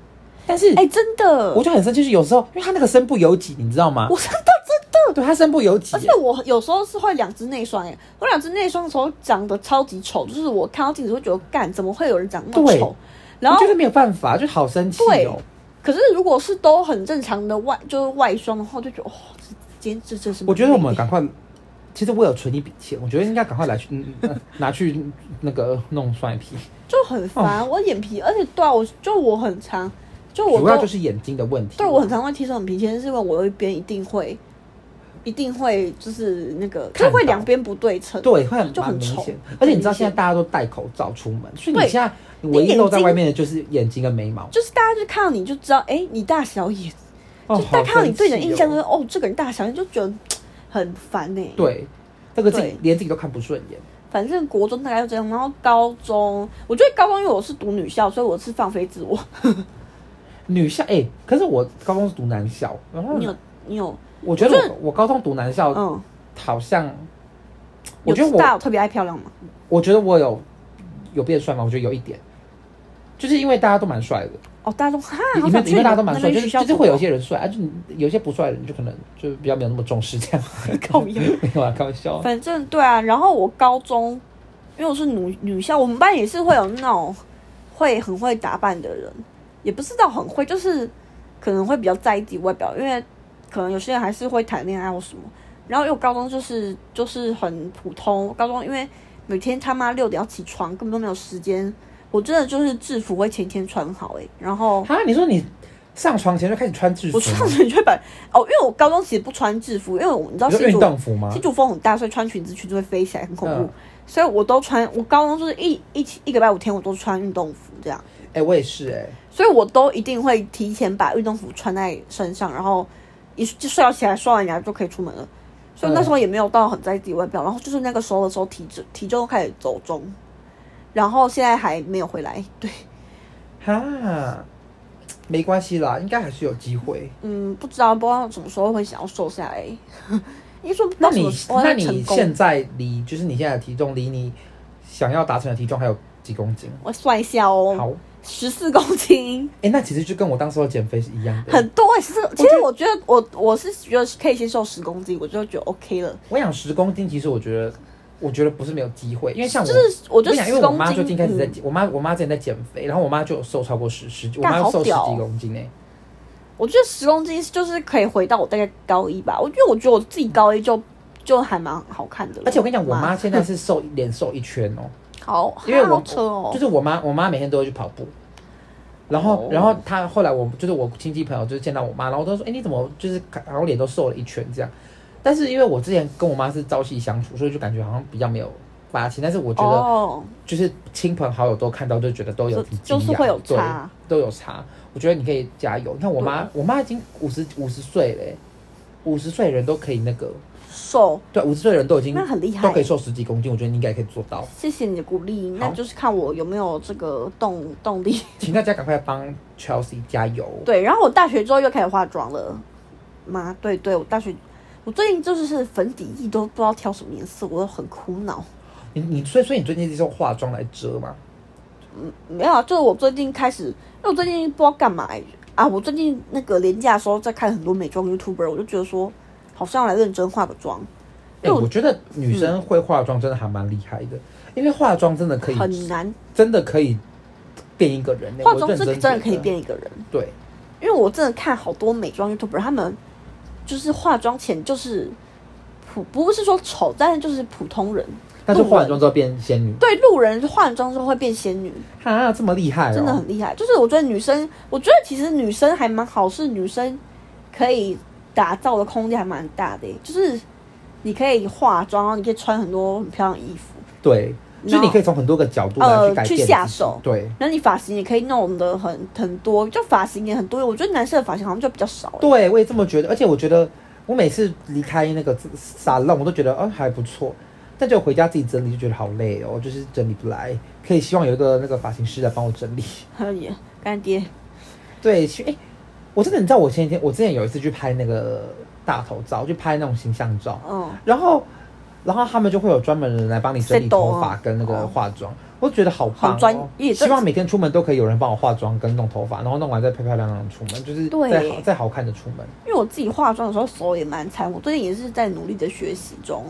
但是哎、真的，我就很生气，就是有时候因为他那个身不由己，你知道吗？我真的真的，对他身不由己而，且我有时候是会两只内双哎，我两只内双的时候长得超级丑，就是我看到镜子会觉得，干怎么会有人长那么对丑？然我后觉得没有办法，就好生气对哦。可是如果是都很正常的外就是外双的话，我就觉得哦，这今天这这是我觉得我们美赶快，其实我有存一笔钱，我觉得应该赶快来去、 *laughs* 嗯嗯拿去那个弄双眼皮，就很烦，哦我眼皮，而且对啊，我就我很长，就我主要都就是眼睛的问题。对我很常会贴双眼皮贴，是因为我有一边一定会，一定会就是那个，看就到会两边不对称。，对，会很就很蛮明丑显。而且你知道很明显现在大家都戴口罩出门，所以你对现在唯一眼露在睛外面的就是眼睛跟眉毛。就是大家就看到你就知道，哎、你大小眼，哦，就大家看到你对你的印象就是，是哦这个人大小眼，就觉得嘖很烦呢、，对，这个自己嗯对连自己都看不顺眼。反正国中大概就这样，然后高中，我觉得高中因为我是读女校，所以我是放飞自我。女校哎、可是我高中是读男校，然后你有你有，我觉我觉得得我我高中读男校嗯，好像，哦我有觉得大家有我特别爱漂亮吗？我觉得我有有变帅吗？我觉得有一点，就是因为大家都蛮帅的，哦，大家都哈，你好们想你去们大家都蛮帅，那就边是学校就是会有读些人帅，啊，就你有些不帅的人就可能就比较没有那么重视这样。 *laughs* 靠腰没有啊，开玩笑。反正对啊，然后我高中，因为我是女女校，我们班也是会有那种会很会打扮的人，也不是到很会，就是可能会比较在意自己外表，因为可能有些人还是会谈恋爱或什么。然后因为我高中就是就是很普通，高中因为每天他妈六点要起床，根本都没有时间。我真的就是制服会前一天穿好诶、欸然后啊，你说你上床前就开始穿制服我吗？上次就会把哦，因为我高中其实不穿制服，因为我你知道你说新运竹动服吗新？竹风很大，所以穿裙子裙子会飞起来，很恐怖。嗯所以我都穿，我高中就是一一一个礼拜五天我都穿运动服这样，哎、我也是哎、所以我都一定会提前把运动服穿在身上，然后一就睡觉起来刷完牙就可以出门了。所以那时候也没有到很在意自己外表，然后就是那个时候的时候体重体重开始走中，然后现在还没有回来。对，哈，没关系啦，应该还是有机会。嗯，不知道不知道什么时候会想要瘦下来。 *laughs* 你说不知那道什你么时候那会你成功现在离就是你现在的体重离你想要达成的体重还有几公斤？我算一下哦，好，十四公斤。哎、那其实就跟我当时候减肥是一样的。很多欸，其实其实我觉得我我是觉得可以接受十公斤，我就觉得 OK 了。我想十公斤，其实我觉得，我觉得不是没有机会，因为像我，就是我觉得跟你讲因10为我妈公最斤近开始在嗯，我妈我妈之前在减肥，然后我妈就有瘦超过十十，我干妈好瘦十屌几哦公斤欸呢、我觉得十公斤就是可以回到我大概高一吧，我因为我觉得我自己高一就就还蛮好看的了。而且我跟你讲，我妈妈现在是瘦脸瘦一圈哦、 *laughs* 好，因为我好扯哦，就是我妈，我妈每天都会去跑步。然后哦，然后她后来我就是我亲戚朋友就是见到我妈，然后都说：“哎，你怎么就是好像脸都瘦了一圈这样？”但是因为我之前跟我妈是朝夕相处，所以就感觉好像比较没有发情。但是我觉得哦，就是亲朋好友都看到，就觉得都有就挺惊就是讶会有对差，都有差。我觉得你可以加油。你看我妈，我妈已经五十五十岁嘞，五十岁人都可以那个，瘦，对，五十岁人都已经那很厉害都可以瘦十几公斤。我觉得你应该也可以做到，谢谢你的鼓励，那好就是看我有没有这个动动力。 *laughs* 请大家赶快帮 Chelsea 加油。对，然后我大学之后又开始化妆了妈，对对，我大学我最近就是粉底液都不知道挑什么颜色，我都很苦恼。你你所以所以你最近是用化妆来遮吗？没有啊，就是我最近开始，因为我最近不知道干嘛、欸、啊，我最近那个廉价的时候在看很多美妆 YouTuber，我就觉得说好像要来认真化个妆，哎、因为我我觉得嗯女生会化妆真的还蛮厉害的，因为化妆真的可以，很难。真的可以变一个人欸。化我妆认是真真的觉可以得。变一个人，对，因为我真的看好多美妆 YouTuber，他们就是化妆前就是普，不是说丑，但是就是普通人。但是路化人完妆之后变仙女，对路人化了妆之后会变仙女，哈，这么厉害、哦，真的很厉害。就是我觉得女生，我觉得其实女生还蛮好，是女生可以打造的空间还蛮大的耶、欸就是你可以化妆，然后你可以穿很多很漂亮的衣服，对，就是然后你可以从很多个角度来去呃改变去自己下手对然后你发型也可以弄得很很多，就发型也很多。我觉得男生的发型好像就比较少耶、对，我也这么觉得。而且我觉得我每次离开那个沙龙，我都觉得哦还不错，但就回家自己整理就觉得好累哦，就是整理不来。可以希望有一个那个发型师来帮我整理。还有你干爹，对，其实哎、我真的你知道，我前几天我之前有一次去拍那个大头照，去拍那种形象照，嗯，然后然后他们就会有专门的人来帮你整理 Set 哦头发跟那个化妆。我觉得好棒、哦，好专业希望每天出门都可以有人帮我化妆跟弄头发，然后弄完再漂漂亮亮的出门，就是对再好再好看的出门。因为我自己化妆的时候手也蛮残，我最近也是在努力的学习中。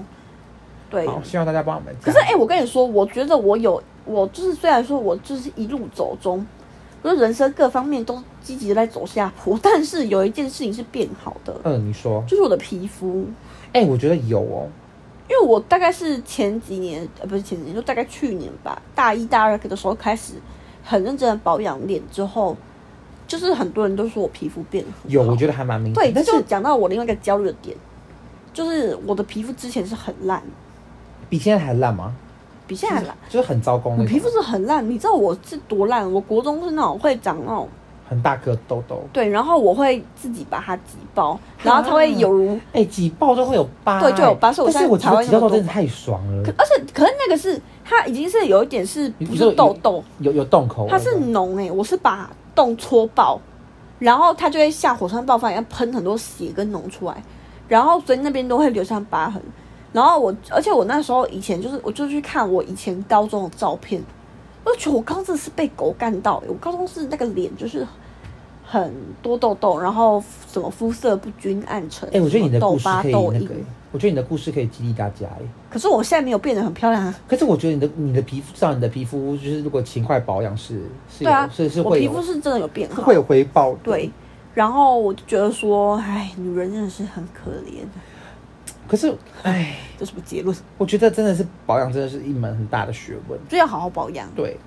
对，好，希望大家帮我们加可油。是哎、欸我跟你说，我觉得我有，我就是虽然说我就是一路走中，我的人生各方面都积极的在走下坡，但是有一件事情是变好的，嗯，你说，就是我的皮肤，哎、我觉得有哦，因为我大概是前几年，呃，不是前几年，就大概去年吧，大一大二的时候开始很认真的保养脸之后，就是很多人都说我皮肤变很有，好我觉得还蛮明显。对，这但是就讲到我另外一个焦虑的点，就是我的皮肤之前是很烂，比现在还烂吗？比现在还烂。就是很糟糕我那皮肤种，是很烂，你知道我是多烂？我国中是那种会长那种很大颗痘痘，对，然后我会自己把它挤爆，然后它会有如，哎、挤爆就会有疤、对就有疤所以我但是我觉得现在才会挤痘那么痘多真的太爽了可，而且可是那个是它已经是有一点是你不你说是有痘痘，有有洞口了，它是脓哎、我是把洞戳爆，然后它就会像火山爆发一样喷很多血跟脓出来，然后所以那边都会留下疤痕。然后我，而且我那时候以前就是，我就去看我以前高中的照片，我就觉得我高中真的是被狗干到、欸，我高中是那个脸就是很多痘痘，然后什么肤色不均、暗沉。哎、我觉得你的什么故痘事疤、可以痘那印个、。我觉得你的故事可以激励大家、哎。可是我现在没有变得很漂亮啊。可是我觉得你的你的皮肤，至少你的皮肤就是如果勤快保养是是对啊有，是是我会皮有肤是真的有变是好。会有回报的。对，然后我就觉得说，哎，女人真的是很可怜。可是哎，这什么结论？我觉得真的是保养真的是一门很大的学问。就要好好保养。对，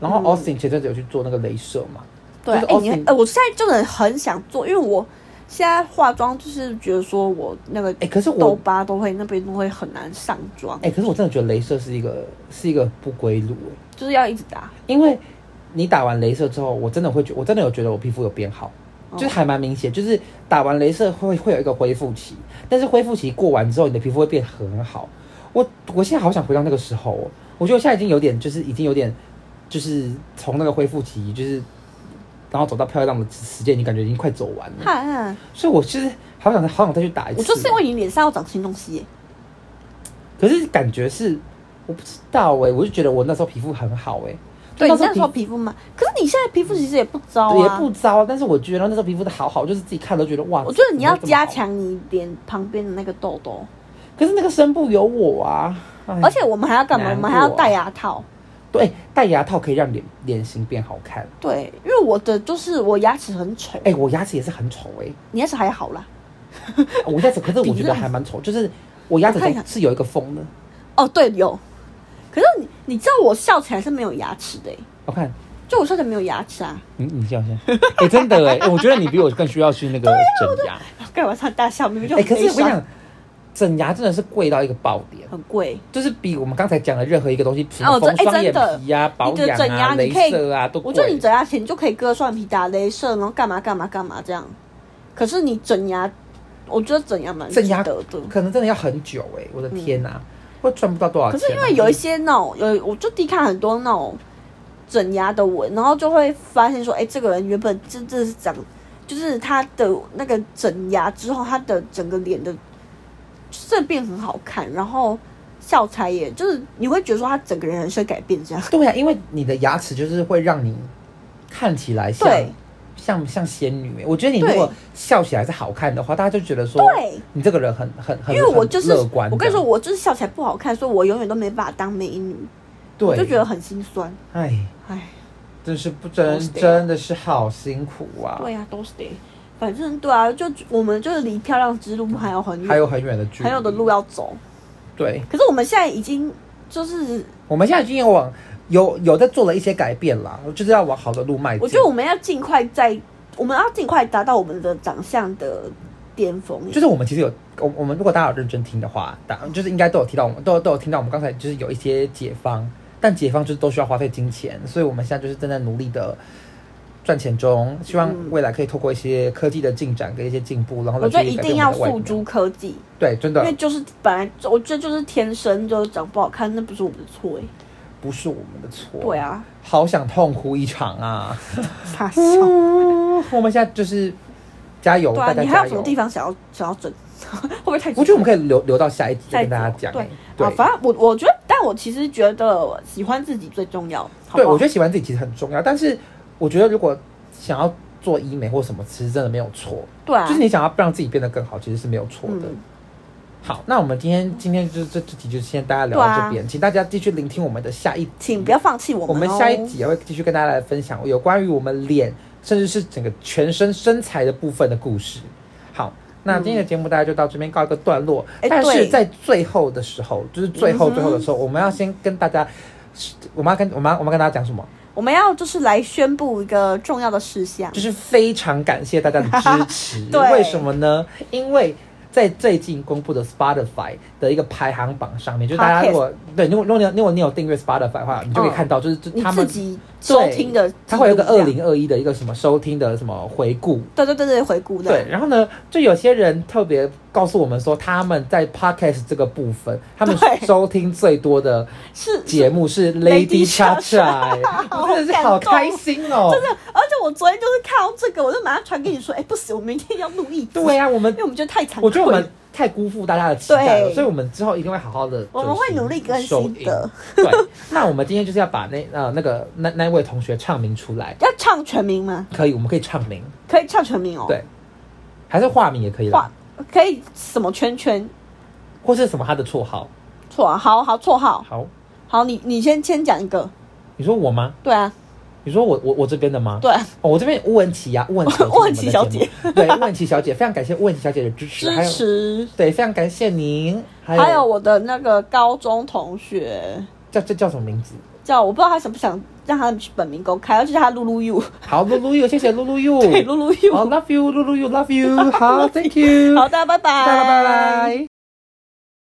然嗯后 Austin 前阵子有去做那个镭射嘛，对啊，就哎、是 Austin- 你很呃，我现在真的很想做，因为我现在化妆就是觉得说我那个哎可是我痘疤都会那边都会很难上妆，哎、可是我真的觉得镭射是一个是一个不归路、哎就是要一直打。因为你打完镭射之后，我真的会觉，我真的有觉得我皮肤有变好。哦就是还蛮明显，就是打完镭射会会有一个恢复期，但是恢复期过完之后，你的皮肤会变很好。我我现在好想回到那个时候、哦，我觉得我现在已经有点，就是已经有点，就是从那个恢复期，就是然后走到漂亮的时间，你感觉已经快走完了。哈，所以我其实好想好想再去打一次。我就是因为你脸上要长新东西耶，可是感觉是我不知道哎、我就觉得我那时候皮肤很好哎、对，你那时那时候候皮皮肤嘛，可是你现在皮肤其实也不糟嗯也啊。不糟，但是我觉得那时候皮肤的好好，就是自己看都觉得哇。我觉得你要怎么这么加好，强你脸旁边的那个痘痘，可是那个深部有我啊，哎而且我们还要干嘛？难我过们啊还要戴牙套。对戴牙套可以让脸脸型变好看。对，因为我的就是我牙齿很丑，哎、我牙齿也是很丑哎、你牙齿还好啦。我牙齿可是我觉比得那还蛮丑，就是我牙齿我看一下是有一个缝的。哦，对，有。可是你你知道我笑起来是没有牙齿的耶、我看就我笑起来没有牙齿啊。你嗯你笑一下， *laughs* 哎、真的哎、哎我觉得你比我更需要去那个啊整牙。干嘛唱大笑？明明就哎、很可是悲我跟你伤，讲，整牙真的是贵到一个爆点。很贵。就是比我们刚才讲的任何一个东西，什啊么我缝真双哎眼真的皮呀、保你的养整啊、牙你镭可以射啊，都我觉得你贵。整牙前就可以割双眼皮、打镭射，然后干嘛干嘛干嘛这样。可是你整牙，我觉得整牙蛮值整牙得的。可能真的要很久哎、我的天哪、我赚不到多少可钱啊、是因为有一些那种有，我就低看很多那种整牙的文，然后就会发现说，哎、这个人原本真的是长，就是他的那个整牙之后，他的整个脸的色变很好看，然后笑才也就是你会觉得说他整个人人生改变这样。对啊，因为你的牙齿就是会让你看起来像对像像仙女、欸。我觉得你如对果笑起来是好看的话，大家就觉得说，对，你这个人很很很因为我就是很乐观。我跟你说，，我就是笑起来不好看，所以我永远都没办法当美女，对，我就觉得很心酸。哎，哎，真是不真都是这样真的是好辛苦啊，对呀、都是的。反正对啊，就我们就是离漂亮之路还有很远，还有很远的距离，还有的路要走。对。可是我们现在已经就是，我们现在已经有往有有在做了一些改变啦，就是要往好的路迈进。我觉得我们要尽快在，我们要尽快达到我们的长相的巅峰。就是我们其实有我我们如果大家有认真听的话，大就是应该都有提到我们都有都有听到我们刚才就是有一些解放，但解放就是都需要花费金钱，所以我们现在就是正在努力的。赚钱中，希望嗯未来可以透过一些科技的进展跟一些进步，然后来我觉得去一改变定要我们的外付表诸。科技，对，啊真因为的就是本来我觉得就是天生就长不好看，那不是我们的错哎、不是我们的错。对，啊，好想痛哭一场啊！傻 *laughs* 笑。我们现在就是加油，嗯对大啊，家你加油。还有什么地方想要想要整？会不会太？我觉得我们可以留留到下一集再跟大家讲、对欸。啊，反正我我觉得，但我其实觉得喜欢自己最重要。好不好对，我觉得喜欢自己其实很重要，但是我觉得如果想要做医美或什么，其实真的没有错，对啊，就是你想要让自己变得更好，其实是没有错的。嗯好，那我们今天今天就这这集就先大家聊到这啊边，请大家继续聆听我们的下一集，请不要放弃我我们、哦。们下一集也会继续跟大家来分享有关于我们脸，甚至是整个全身身材的部分的故事。好，那今天的节目大家就到这边告一个段落。哎但是对在最后的时候，就是最后嗯哼最后的时候，我们要先跟大家，我们要跟我们要我们要跟大家讲什么？我们要就是来宣布一个重要的事项就。是非常感谢大家的支持。 *laughs* 对为什么呢？因为在最近公布的 Spotify 的一个排行榜上面，就是大家 Podcast 嗯如果对，如果如果你有如果你有订阅 Spotify 的话，你就可以看到，就是、你他自们己收听的对，它会有一个记录二这样零二一的一个什么收听的什么回顾。对对对对回顾的，对，然后呢，就有些人特别告诉我们说，他们在 podcast 这个部分，他们对收听最多的是节目 *laughs* 是 Lady Lady Cha Cha Cha，好我真的是感好动开心哦！真的，而且我昨天就是看到这个，我就马上传给你说，哎、不行，我明天要录一集，对呀、我们因为我们觉得太惭愧了。我觉得我们太辜负大家的期待了，对所以我们之后一定会好好的，我们会努力更新的。对，那我们今天就是要把那呃那个那那位同学唱名出来，要唱全名吗？可以，我们可以唱名，可以唱全名哦。对，还是化名也可以画啦，可以什么圈圈或是什么他的绰号。绰号？好好绰号。好，好，你你先先讲一个。你说我吗？对啊，你说我我我这边的吗？对啊，哦，我这边乌文琪呀、乌文 *laughs* 琪乌文琪小姐，对，乌文琪小姐，非常感谢乌文琪小姐的支持，支还有持。对，非常感谢您，还有还有我的那个高中同学叫这叫什么名字？叫我不知道他想不想让他本名公开，而且叫他露露 you，好，露露柚，谢谢露露柚， *laughs* 对，露露哦 I you。 love you，露露 you love you，好，Thank you，好的，拜拜，拜拜拜。